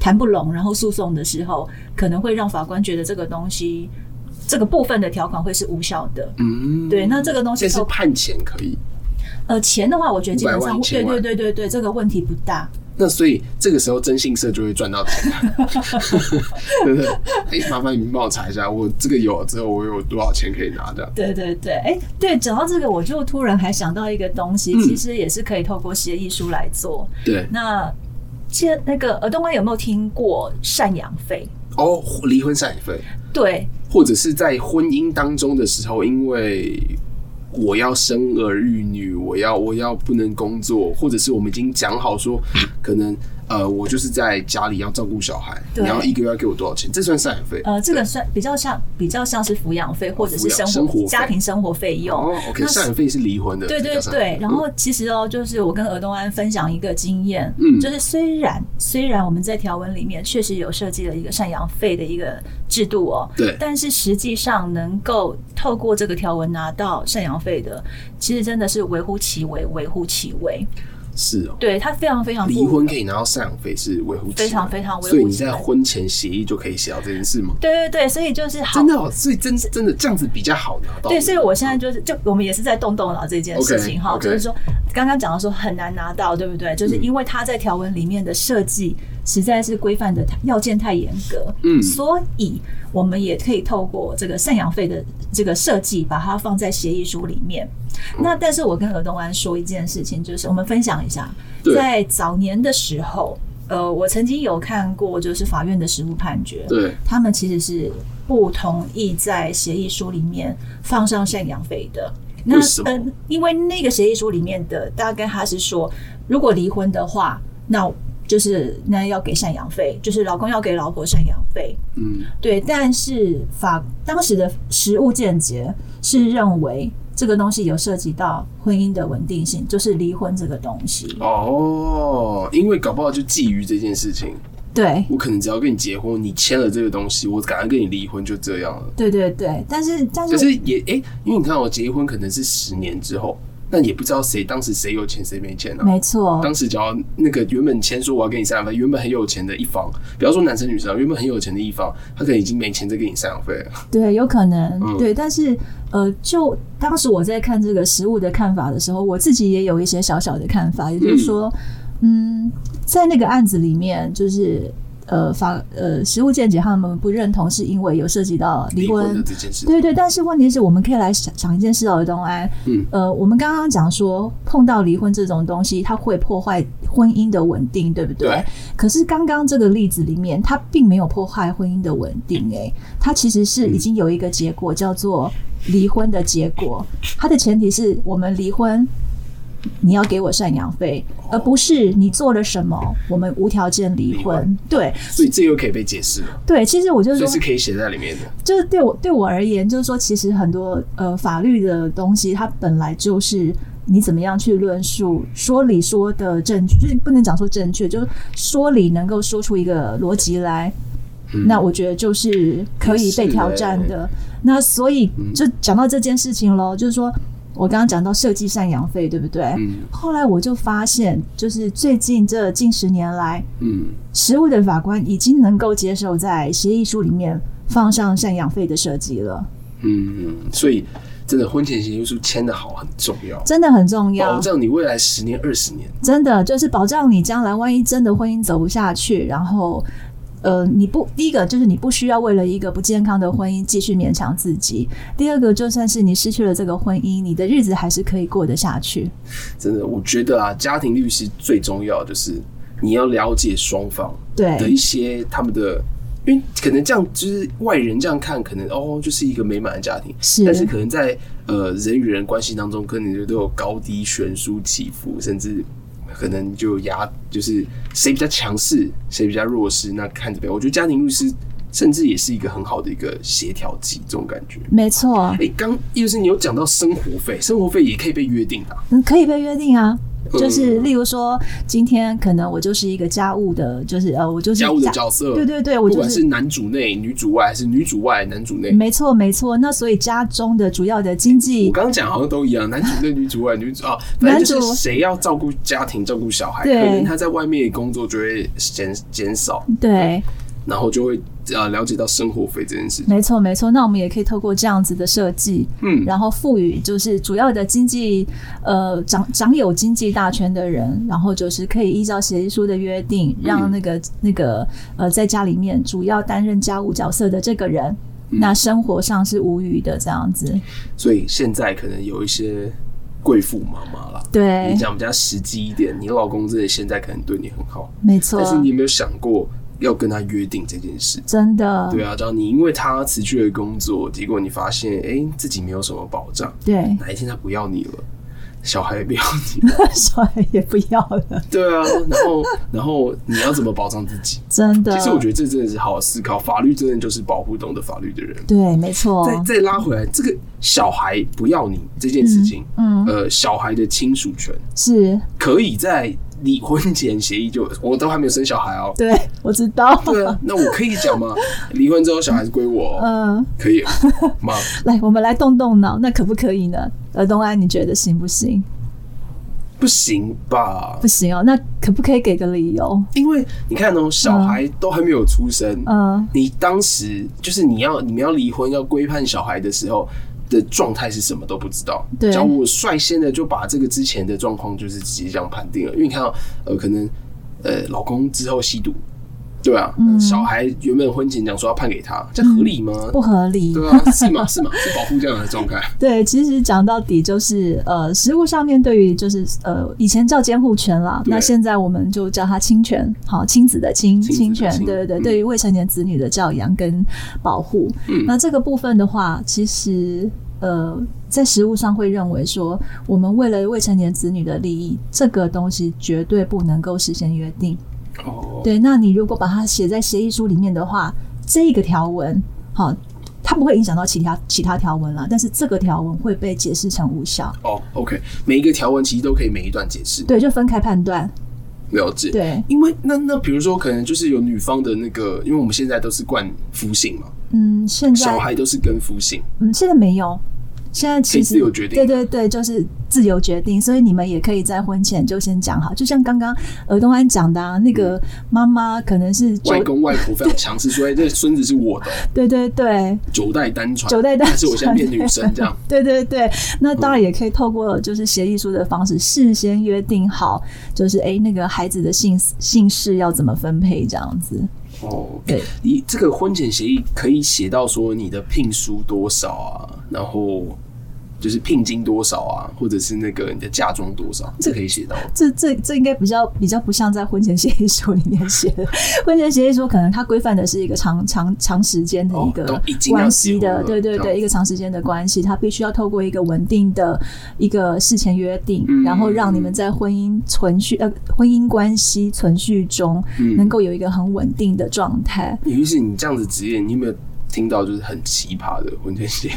[SPEAKER 4] 谈不拢，然后诉讼的时候，可能会让法官觉得这个东西这个部分的条款会是无效的。
[SPEAKER 3] 嗯，
[SPEAKER 4] 对，那这个东西
[SPEAKER 3] 这是
[SPEAKER 4] 透
[SPEAKER 3] 判前可以。
[SPEAKER 4] 呃钱的话，我觉得基本
[SPEAKER 3] 500万
[SPEAKER 4] 上
[SPEAKER 3] 1000
[SPEAKER 4] 对对
[SPEAKER 3] 万
[SPEAKER 4] 对对对，这个问题不大。
[SPEAKER 3] 那所以这个时候征信社就会赚到 钱，对不对？哎、麻烦你们帮我查一下，我这个有了之后，我有多少钱可以拿的？
[SPEAKER 4] 对对对，哎，对，讲到这个，我就突然还想到一个东
[SPEAKER 3] 嗯
[SPEAKER 4] 西，其实也是可以透过协议书来做。
[SPEAKER 3] 对，
[SPEAKER 4] 那现那个呃，东关有没有听过赡养费？
[SPEAKER 3] 哦，离婚赡养费，
[SPEAKER 4] 对，
[SPEAKER 3] 或者是在婚姻当中的时候，因为我要生儿育女，我要我要不能工作，或者是我们已经讲好说，可能呃，我就是在家里要照顾小孩，
[SPEAKER 4] 对
[SPEAKER 3] 你要一个月要给我多少钱？这算赡养费？
[SPEAKER 4] 呃，这个算比较像比较像是抚养费或者是
[SPEAKER 3] 抚养
[SPEAKER 4] 生活
[SPEAKER 3] 生活费
[SPEAKER 4] 家庭生活费用。
[SPEAKER 3] 哦，OK，
[SPEAKER 4] 那
[SPEAKER 3] 赡养费是离婚的，
[SPEAKER 4] 对对
[SPEAKER 3] 这叫赡养
[SPEAKER 4] 对
[SPEAKER 3] 费，
[SPEAKER 4] 然后其实哦，就是我跟尔东安分享一个经验，
[SPEAKER 3] 嗯
[SPEAKER 4] 就是虽然虽然我们在条文里面确实有设计了一个赡养费的一个制度哦，
[SPEAKER 3] 对
[SPEAKER 4] 但是实际上能够透过这个条文拿到赡养费的，其实真的是微乎其微，微乎其微，
[SPEAKER 3] 是哦。
[SPEAKER 4] 对它非常非常不
[SPEAKER 3] 离婚可以拿到赡养费是维护
[SPEAKER 4] 非常非常微乎
[SPEAKER 3] 所以你
[SPEAKER 4] 其
[SPEAKER 3] 在
[SPEAKER 4] 微
[SPEAKER 3] 婚前协议就可以写到这件事吗？
[SPEAKER 4] 对对对，所以就是好
[SPEAKER 3] 真的哦，所以真真的这样子比较好拿到。
[SPEAKER 4] 对，所以我现在就是，就我们也是在动动脑这件事情哈
[SPEAKER 3] OK，OK
[SPEAKER 4] 就是说刚刚讲到说很难拿到，对不对？
[SPEAKER 3] 嗯
[SPEAKER 4] 就是因为它在条文里面的设计实在是规范的要件太严格，
[SPEAKER 3] 嗯
[SPEAKER 4] 所以我们也可以透过这个赡养费的这个设计，把它放在协议书里面。
[SPEAKER 3] 哦
[SPEAKER 4] 那但是我跟何东安说一件事情，就是我们分享一下，
[SPEAKER 3] 对
[SPEAKER 4] 在早年的时候，呃，我曾经有看过就是法院的实务判决，
[SPEAKER 3] 对
[SPEAKER 4] 他们其实是不同意在协议书里面放上赡养费的。那
[SPEAKER 3] 为什么
[SPEAKER 4] 嗯，因为那个协议书里面的大概他是说，如果离婚的话，那就是那要给赡养费，就是老公要给老婆赡养费。
[SPEAKER 3] 嗯，
[SPEAKER 4] 对，但是法当时的实务见解是认为这个东西有涉及到婚姻的稳定性，就是离婚这个东西。
[SPEAKER 3] 哦，因为搞不好就觊觎这件事情，
[SPEAKER 4] 对，
[SPEAKER 3] 我可能只要跟你结婚，你签了这个东西，我赶快跟你离婚，就这样了。
[SPEAKER 4] 对对对，但是但
[SPEAKER 3] 可
[SPEAKER 4] 是
[SPEAKER 3] 是也哎、因为你看我结婚可能是十年之后，但也不知道谁当时谁有钱谁没钱啊。
[SPEAKER 4] 没错，
[SPEAKER 3] 当时只要那个原本签说我要给你赡养费，原本很有钱的一方，不要说男生女生啊，原本很有钱的一方，他可能已经没钱再给你赡养费了。
[SPEAKER 4] 对，有可能，
[SPEAKER 3] 嗯
[SPEAKER 4] 对，但是呃，就当时我在看这个食物的看法的时候，我自己也有一些小小的看法，也就是说，嗯，在那个案子里面，就是呃法呃食物见解他们不认同，是因为有涉及到离
[SPEAKER 3] 离
[SPEAKER 4] 婚
[SPEAKER 3] 婚的这件事，
[SPEAKER 4] 对对，但是问题是我们可以来想想一件事哦，东安。
[SPEAKER 3] 嗯，
[SPEAKER 4] 呃，我们刚刚讲说碰到离婚这种东西，它会破坏婚姻的稳定，对不对？
[SPEAKER 3] 对
[SPEAKER 4] 可是刚刚这个例子里面，它并没有破坏婚姻的稳定、诶，它其实是已经有一个结果叫做离婚的结果，它的前提是我们离婚。你要给我赡养费，而不是你做了什么，我们无条件离
[SPEAKER 3] 哦离
[SPEAKER 4] 婚。
[SPEAKER 3] 婚
[SPEAKER 4] 对
[SPEAKER 3] 所以这又可以被解释了，
[SPEAKER 4] 对，其实我就是
[SPEAKER 3] 所
[SPEAKER 4] 说
[SPEAKER 3] 以，是可以写在里面的。
[SPEAKER 4] 就是对我对我而言，就是说，其实很多呃法律的东西，它本来就是你怎么样去论述说理说的正确，就是不能讲说正确，就是说理能够说出一个逻辑来。那我觉得就是可以被挑战的。那所以就讲到这件事情喽，就是说，我刚刚讲到设计赡养费，对不对？
[SPEAKER 3] 嗯
[SPEAKER 4] 后来我就发现，就是最近这近十年来，
[SPEAKER 3] 嗯，
[SPEAKER 4] 实务的法官已经能够接受在协议书里面放上赡养费的设计了，
[SPEAKER 3] 嗯，所以真的婚前协议书签的好很重要，
[SPEAKER 4] 真的很重要
[SPEAKER 3] 保。障你未来十年、二十年。
[SPEAKER 4] 真的就是保障你将来万一真的婚姻走不下去，然后。呃，你不第一个就是你不需要为了一个不健康的婚姻继续勉强自己。第二个，就算是你失去了这个婚姻，你的日子还是可以过得下去。
[SPEAKER 3] 真的，我觉得啊，家庭律师最重要的就是你要了解双方的
[SPEAKER 4] 对
[SPEAKER 3] 一些他们的，因为可能这样就是外人这样看，可能哦就是一个美满的家庭，
[SPEAKER 4] 是
[SPEAKER 3] 但是可能在呃人与人关系当中，可能就都有高低悬殊起伏，甚至可能就有压，就是谁比较强势，谁比较弱势，那看怎么样。我觉得家庭律师甚至也是一个很好的一个协调剂，这种感觉。
[SPEAKER 4] 没错，
[SPEAKER 3] 哎、刚叶律师，你有讲到生活费，生活费也可以被约定的啊、
[SPEAKER 4] 嗯，可以被约定啊。
[SPEAKER 3] 嗯
[SPEAKER 4] 就是例如说，今天可能我就是一个家务的，就是呃，我就是
[SPEAKER 3] 家务的角色，
[SPEAKER 4] 对对对我
[SPEAKER 3] 不
[SPEAKER 4] 就
[SPEAKER 3] 管
[SPEAKER 4] 是
[SPEAKER 3] 是男主内、女主外，还是女主外、男主内，
[SPEAKER 4] 没错没错。那所以家中的主要的经济
[SPEAKER 3] 我刚刚讲好像都一样，男 主内、女主外、女主啊，反
[SPEAKER 4] 男
[SPEAKER 3] 正
[SPEAKER 4] 主
[SPEAKER 3] 就是谁要照顾家庭、照顾小孩，可
[SPEAKER 4] 对
[SPEAKER 3] 能他在外面工作就会减减少，
[SPEAKER 4] 对，
[SPEAKER 3] 然后就会呃了解到生活费这件事情。
[SPEAKER 4] 没错，没错。那我们也可以透过这样子的设计，
[SPEAKER 3] 嗯
[SPEAKER 4] 然后赋予就是主要的经济，呃，掌掌有经济大权的人，然后就是可以依照协议书的约定，
[SPEAKER 3] 嗯
[SPEAKER 4] 让那个、那个呃，在家里面主要担任家务角色的这个人，
[SPEAKER 3] 嗯
[SPEAKER 4] 那生活上是无语的这样子。
[SPEAKER 3] 所以现在可能有一些贵妇妈妈啦，
[SPEAKER 4] 对
[SPEAKER 3] 你，讲比较实际一点，你老公真的现在可能对你很好，
[SPEAKER 4] 没错
[SPEAKER 3] 但，是你有没有想过要跟他约定这件事？
[SPEAKER 4] 真的，
[SPEAKER 3] 对啊，然后你因为他辞去了工作，结果你发现哎、诶自己没有什么保障，
[SPEAKER 4] 对，
[SPEAKER 3] 哪一天他不要你了，小孩也不要你 了，
[SPEAKER 4] 小孩也不要了，
[SPEAKER 3] 对啊，然后然后你要怎么保障自己？
[SPEAKER 4] 真的。
[SPEAKER 3] 其实我觉得这真的是好好思考，法律真的就是保护懂得法律的人。
[SPEAKER 4] 对，没错，
[SPEAKER 3] 再再拉回来，这个小孩不要你这件事情，
[SPEAKER 4] 嗯
[SPEAKER 3] 呃，小孩的亲属权
[SPEAKER 4] 是，
[SPEAKER 3] 可以在离婚前协议就，我都还没有生小孩哦。
[SPEAKER 4] 对，我知道。
[SPEAKER 3] 对啊，那我可以讲吗？离婚之后小孩子归我哦，
[SPEAKER 4] 嗯、
[SPEAKER 3] 可以吗？
[SPEAKER 4] 来，我们来动动脑，那可不可以呢？呃，东安，你觉得行不行？
[SPEAKER 3] 不行吧
[SPEAKER 4] 不？行哦，那可不可以给个理由？
[SPEAKER 3] 因为你看哦，小孩都还没有出生，
[SPEAKER 4] 嗯，
[SPEAKER 3] 你当时就是你要你们要离婚要规判小孩的时候的状态是什么都不知道。
[SPEAKER 4] 对
[SPEAKER 3] 假如我率先的就把这个之前的状况就是直接这样判定了，因为你看到呃可能呃老公之后吸毒，对啊，
[SPEAKER 4] 嗯
[SPEAKER 3] 那小孩原本婚前讲说要判给他，这合理吗？
[SPEAKER 4] 不合理。
[SPEAKER 3] 对啊，是吗？是吗？是保护这样的状态。
[SPEAKER 4] 对，其实讲到底就是，呃，实物上面对于就是呃，以前叫监护权啦，
[SPEAKER 3] 对
[SPEAKER 4] 那现在我们就叫它亲权，好，亲子的亲，
[SPEAKER 3] 亲子的
[SPEAKER 4] 亲权
[SPEAKER 3] 亲，
[SPEAKER 4] 对对对，
[SPEAKER 3] 嗯
[SPEAKER 4] 对于未成年子女的教养跟保护，
[SPEAKER 3] 嗯
[SPEAKER 4] 那这个部分的话，其实呃，在实物上会认为说，我们为了未成年子女的利益，这个东西绝对不能够事先约定，
[SPEAKER 3] 哦，
[SPEAKER 4] 对，那你如果把它写在协议书里面的话，这个条文，好、它不会影响到其他其他条文了，但是这个条文会被解释成无效。
[SPEAKER 3] 哦，OK，每一个条文其实都可以每一段解释，
[SPEAKER 4] 对，就分开判断。
[SPEAKER 3] 了解。
[SPEAKER 4] 对，
[SPEAKER 3] 因为那那比如说，可能就是有女方的那个，因为我们现在都是灌服刑嘛，
[SPEAKER 4] 嗯，现
[SPEAKER 3] 小
[SPEAKER 4] 在，
[SPEAKER 3] 孩都是跟服刑，
[SPEAKER 4] 嗯，现在没有，现在
[SPEAKER 3] 可以
[SPEAKER 4] 其实
[SPEAKER 3] 自由决定
[SPEAKER 4] 对对对，就是自由决定，所以你们也可以在婚前就先讲好，就像刚刚尔东安讲的、啊，那个妈妈可能是
[SPEAKER 3] 嗯
[SPEAKER 4] 九
[SPEAKER 3] 外，公外婆非常强势，所以这孙子是我的
[SPEAKER 4] 对对对，
[SPEAKER 3] 九代单传，
[SPEAKER 4] 九代单
[SPEAKER 3] 但是我现在变女生这样，
[SPEAKER 4] 对对对，那当然也可以透过就是协议书的方式，事先约定好，就是诶那个孩子的姓姓氏要怎么分配这样子。
[SPEAKER 3] 哦，
[SPEAKER 4] 对
[SPEAKER 3] 你这个婚前协议可以写到说你的聘书多少啊，然后就是聘金多少啊，或者是那个你的嫁妆多少，这可以写到。
[SPEAKER 4] 这这这应该比较比较不像在婚前协议书里面写的，婚前协议书可能它规范的是一个长长长时间的一
[SPEAKER 3] 哦
[SPEAKER 4] 个
[SPEAKER 3] 都已经要
[SPEAKER 4] 关系
[SPEAKER 3] 结婚
[SPEAKER 4] 的，
[SPEAKER 3] 了
[SPEAKER 4] 对对
[SPEAKER 3] 这样
[SPEAKER 4] 对，一个长时间的关系，它必须要透过一个稳定的一个事前约定，
[SPEAKER 3] 嗯
[SPEAKER 4] 然后让你们在婚姻存续呃婚姻关系存续中
[SPEAKER 3] 嗯
[SPEAKER 4] 能够有一个很稳定的状态。
[SPEAKER 3] 于是你这样子职业，你有没有听到就是很奇葩的婚前协议？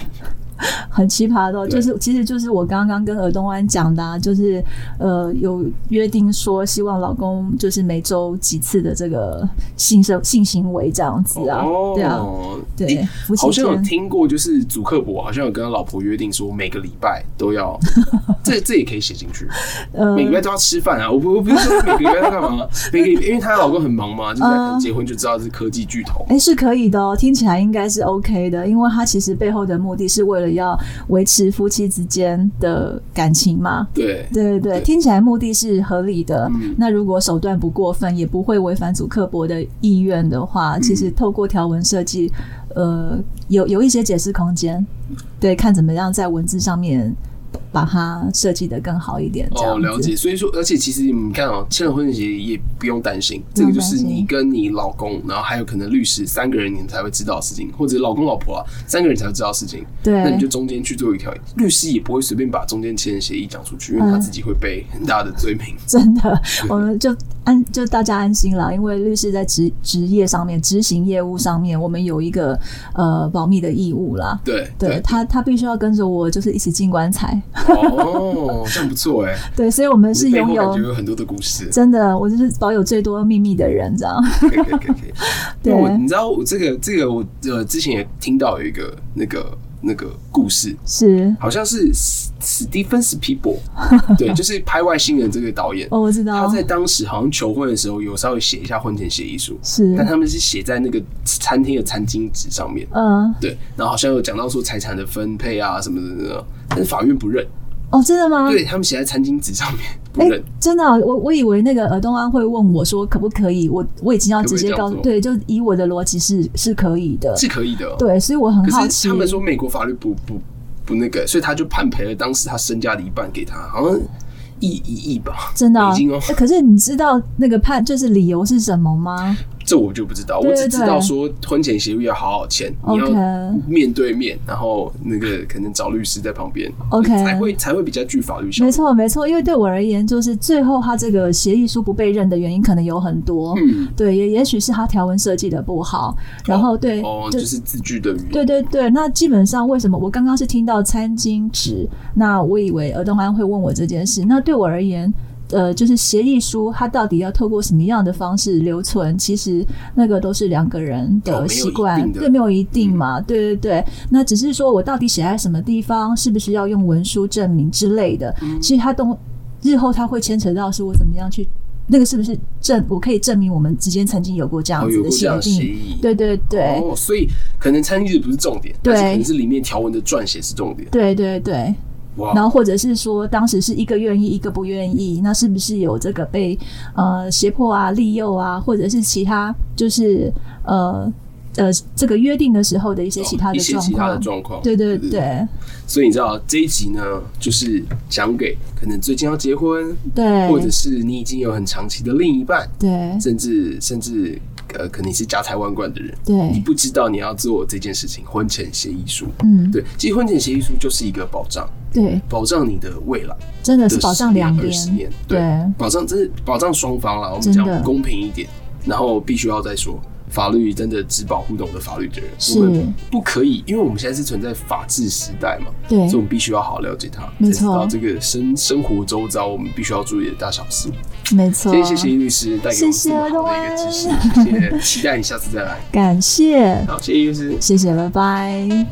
[SPEAKER 4] 很奇葩的哦，
[SPEAKER 3] 对
[SPEAKER 4] 就是其实就是我刚刚跟尔东安讲的、啊，就是呃有约定说希望老公就是每周几次的这个性生性行为这样子啊，
[SPEAKER 3] 哦，
[SPEAKER 4] 对啊，对
[SPEAKER 3] 诶
[SPEAKER 4] 夫妻
[SPEAKER 3] 好像有
[SPEAKER 4] 间
[SPEAKER 3] 听过，就是祖克伯好像有跟他老婆约定说，每个礼拜都 要，这这也可以写进去，
[SPEAKER 4] 呃
[SPEAKER 3] 每个礼拜都要吃饭啊。我不我不是说每个礼拜要干 嘛，每个礼拜因为她老公很忙嘛，就是她
[SPEAKER 4] 嗯
[SPEAKER 3] 可能结婚就知道是科技巨头，
[SPEAKER 4] 哎、是可以的哦，听起来应该是 OK 的，因为他其实背后的目的是为了要维持夫妻之间的感情嘛。
[SPEAKER 3] 对，
[SPEAKER 4] 对对对，
[SPEAKER 3] 对
[SPEAKER 4] 听起来目的是合理的。
[SPEAKER 3] 嗯
[SPEAKER 4] 那如果手段不过分，也不会违反祖克伯的意愿的
[SPEAKER 3] 嗯
[SPEAKER 4] 话，其实透过条文设计，呃，有有一些解释空间。对，看怎么样在文字上面把它设计的更好一点。这样
[SPEAKER 3] 哦，
[SPEAKER 4] 子
[SPEAKER 3] 了解。所以说，而且其实你看哦，签了婚前协议也不用担心，这个就是你跟你老公，然后还有可能律师三个人，你们才会知道的事情，或者老公老婆啊，三个人才会知道的事情。
[SPEAKER 4] 对
[SPEAKER 3] 那你就中间去做一条，律师也不会随便把中间签的协议讲出去，因为
[SPEAKER 4] 嗯
[SPEAKER 3] 他自己会背很大的罪名。
[SPEAKER 4] 真的，我们就安就大家安心了，因为律师在职职业上面、执行业务上面，我们有一个呃保密的义务啦。
[SPEAKER 3] 对
[SPEAKER 4] 对他，他必须要跟着我，就是一起进棺材。
[SPEAKER 3] 哦，这样不错哎，
[SPEAKER 4] 对，所以我们 是
[SPEAKER 3] 你背后
[SPEAKER 4] 拥有
[SPEAKER 3] 感觉有很多的故 事。
[SPEAKER 4] 真的，我就是保有最多秘密的人，这样。
[SPEAKER 3] 可以可以可以可以。
[SPEAKER 4] 对
[SPEAKER 3] 那我你知道我这个这个我呃之前也听到有一个那个那个故事，
[SPEAKER 4] 是
[SPEAKER 3] 好像是史史蒂芬史皮 伯，对，就是拍《外星人》这个导演。
[SPEAKER 4] 哦，我知
[SPEAKER 3] 他
[SPEAKER 4] 道，
[SPEAKER 3] 在当时好像求婚的时候有稍微写一下婚前协议书，
[SPEAKER 4] 是
[SPEAKER 3] 但他们是写在那个餐厅的餐巾纸上面。
[SPEAKER 4] 嗯，
[SPEAKER 3] 对，然后好像有讲到说财产的分配啊什么的的，但是法院不认，
[SPEAKER 4] 哦，真的吗？
[SPEAKER 3] 对他们写在餐巾纸上面不
[SPEAKER 4] 哎、
[SPEAKER 3] 认。
[SPEAKER 4] 真的啊、我我以为那个尔东安会问我说可不可以，我我已经要
[SPEAKER 3] 可不可
[SPEAKER 4] 直
[SPEAKER 3] 以
[SPEAKER 4] 接
[SPEAKER 3] 这样
[SPEAKER 4] 告诉，
[SPEAKER 3] 做
[SPEAKER 4] 对，就以我的逻辑是是可以的，
[SPEAKER 3] 是可以的哦，
[SPEAKER 4] 对，所以我很好
[SPEAKER 3] 可
[SPEAKER 4] 奇。
[SPEAKER 3] 是他们说美国法律不不不那个，所以他就判赔了当时他身家的一半给他，好像一一亿吧，
[SPEAKER 4] 真的啊、
[SPEAKER 3] 美金哦。
[SPEAKER 4] 欸可是你知道那个判就是理由是什么吗？
[SPEAKER 3] 这我就不知道，
[SPEAKER 4] 对
[SPEAKER 3] 我只知道
[SPEAKER 4] 对
[SPEAKER 3] 说婚前协议要好好签，你
[SPEAKER 4] OK
[SPEAKER 3] 要面对面，然后那个可能找律师在旁边
[SPEAKER 4] OK
[SPEAKER 3] 才会才会比较具法律效
[SPEAKER 4] 没
[SPEAKER 3] 力。
[SPEAKER 4] 错，没错，因为对我而言，就是最后他这个协议书不被认的原因可能有很多，
[SPEAKER 3] 嗯，
[SPEAKER 4] 对，也也许是他条文设计的不好，然后对，
[SPEAKER 3] 哦，
[SPEAKER 4] 就
[SPEAKER 3] 就是字句的语
[SPEAKER 4] 对
[SPEAKER 3] 言，
[SPEAKER 4] 对对，那基本上为什么我刚刚是听到餐巾纸，那我以为儿童安会问我这件事，那对我而言。呃，就是协议书，它到底要透过什么样的方式留存？其实那个都是两个人
[SPEAKER 3] 哦没
[SPEAKER 4] 的
[SPEAKER 3] 有
[SPEAKER 4] 习
[SPEAKER 3] 一
[SPEAKER 4] 惯，
[SPEAKER 3] 定的嗯
[SPEAKER 4] 对，没有一定嘛，对对对。那只是说我到底写在什么地方，是不是要用文书证明之类的？
[SPEAKER 3] 嗯
[SPEAKER 4] 其实它都日后它会牵扯到是我怎么样去，那个是不是证？我可以证明我们之间曾经有过这样
[SPEAKER 3] 哦，
[SPEAKER 4] 子
[SPEAKER 3] 有
[SPEAKER 4] 的
[SPEAKER 3] 过这
[SPEAKER 4] 协
[SPEAKER 3] 样的协
[SPEAKER 4] 定？
[SPEAKER 3] 议，
[SPEAKER 4] 对对对。
[SPEAKER 3] 哦，所以可能参与的不是重点，但是
[SPEAKER 4] 对
[SPEAKER 3] 可能是里面条文的撰写是重点。
[SPEAKER 4] 对对对，
[SPEAKER 3] 哇
[SPEAKER 4] 然，后或者是说当时是一个愿意，一个不愿意，那是不是有这个被呃胁迫啊、利诱啊，或者是其他就是呃呃这个约定的时候的一些其他
[SPEAKER 3] 哦一
[SPEAKER 4] 的
[SPEAKER 3] 些
[SPEAKER 4] 状
[SPEAKER 3] 其他
[SPEAKER 4] 况？
[SPEAKER 3] 的状况，嗯
[SPEAKER 4] 对对对
[SPEAKER 3] 所以你知道这一集呢，就是讲给可能最近要结婚，
[SPEAKER 4] 对，
[SPEAKER 3] 或者是你已经有很长期的另一半，
[SPEAKER 4] 对
[SPEAKER 3] 甚至甚至呃，可能是家财万贯的人，你
[SPEAKER 4] 对，
[SPEAKER 3] 不知道你要做这件事情，婚前协议书。
[SPEAKER 4] 嗯
[SPEAKER 3] 对，其实婚前协议书就是一个保障，
[SPEAKER 4] 对，
[SPEAKER 3] 保障你的未来
[SPEAKER 4] 真的
[SPEAKER 3] 的
[SPEAKER 4] 是保障
[SPEAKER 3] 10年
[SPEAKER 4] 两边
[SPEAKER 3] 二十年，，对，
[SPEAKER 4] 对
[SPEAKER 3] 保障真是保障双方啦。我们
[SPEAKER 4] 真的
[SPEAKER 3] 讲公平一点，然后必须要再说，法律真的只保护懂得法律的人，
[SPEAKER 4] 是
[SPEAKER 3] 我们不可以，因为我们现在是存在法治时代嘛，
[SPEAKER 4] 对
[SPEAKER 3] 所以我们必须要好好了解它，
[SPEAKER 4] 没
[SPEAKER 3] 才知道
[SPEAKER 4] 错
[SPEAKER 3] 这个生生活周遭我们必须要注意的大小事。
[SPEAKER 4] 没错
[SPEAKER 3] 今，天谢谢易律师带给我们这么好的一个知识，谢谢，期待你下次再来。
[SPEAKER 4] 感谢，
[SPEAKER 3] 好，谢谢易律师。
[SPEAKER 4] 谢谢，拜拜。